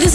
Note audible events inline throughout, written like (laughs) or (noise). this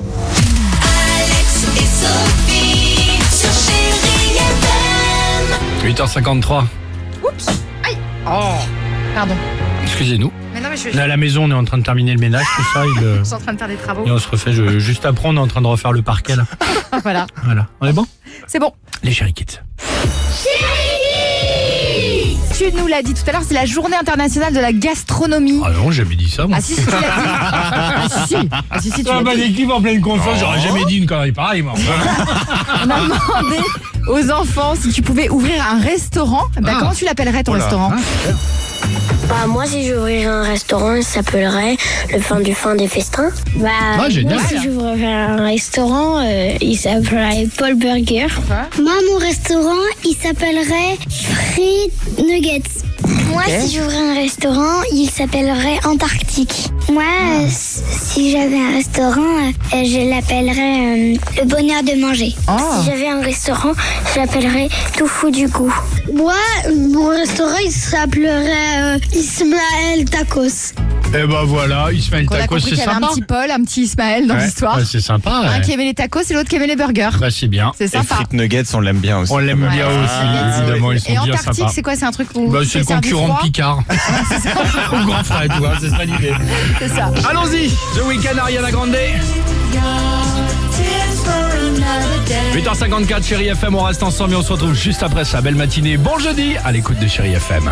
Alex et Sophie sur Chéri FM. 8h53. Pardon. Oh. Excusez-nous. Mais non, mais je, je Là, à la maison, on est en train de terminer le ménage, tout ça. Et, le- suis en train de faire des travaux. et on se refait je- juste après, on est en train de refaire le parquet, là. (laughs) voilà, Voilà. On est bon c'est bon. Les chéri kids. Tu nous l'as dit tout à l'heure, c'est la journée internationale de la gastronomie. Ah non, j'ai jamais dit ça, moi. bah, Ah si, si, tu l'as dit. Ah si, si, Ah, si, si, tu l'as dit. l'équipe en pleine confiance, j'aurais jamais dit une connerie pareille, moi. On a demandé aux enfants si tu pouvais ouvrir un restaurant. Bah, Ah. comment tu l'appellerais Oh ton restaurant Hein, Bah moi si j'ouvrirais un restaurant, il s'appellerait le fin du fin des festins. Bah Ah, génial. moi si j'ouvrais un restaurant, euh, il s'appellerait Paul Burger. Moi mon restaurant, il s'appellerait Fried Nuggets. Moi si j'ouvrais un restaurant, il s'appellerait Antarctique. Moi euh, si j'avais un restaurant, euh, je l'appellerais euh, le bonheur de manger. Si j'avais un restaurant, je l'appellerais Tofu du goût. Moi, mon restaurant, il s'appellerait euh, Ismaël Tacos. Eh ben voilà, il se fait le Qu'on a taco, compris c'est qu'il y avait un sympa. petit Paul, un petit Ismaël dans Ouais, l'histoire. ouais, c'est sympa. Un ouais. qui aimait les tacos et l'autre qui aimait les burgers. Bah, c'est bien. C'est Et sympa. frites nuggets, on l'aime bien aussi. On l'aime bien Ouais, aussi, c'est évidemment, ils sont Et bien Antarctique, sympas. c'est quoi C'est un truc où Bah, tu c'est fais le servir concurrent de froid (laughs) Ah, Picard. Au grand frère, et tout, hein, c'est ça l'idée. C'est ça. Allons-y The Weekend Ariana Grande 8h54 Chérie FM, on reste ensemble et on se retrouve juste après ça. Belle matinée, bon jeudi à l'écoute de Chérie FM.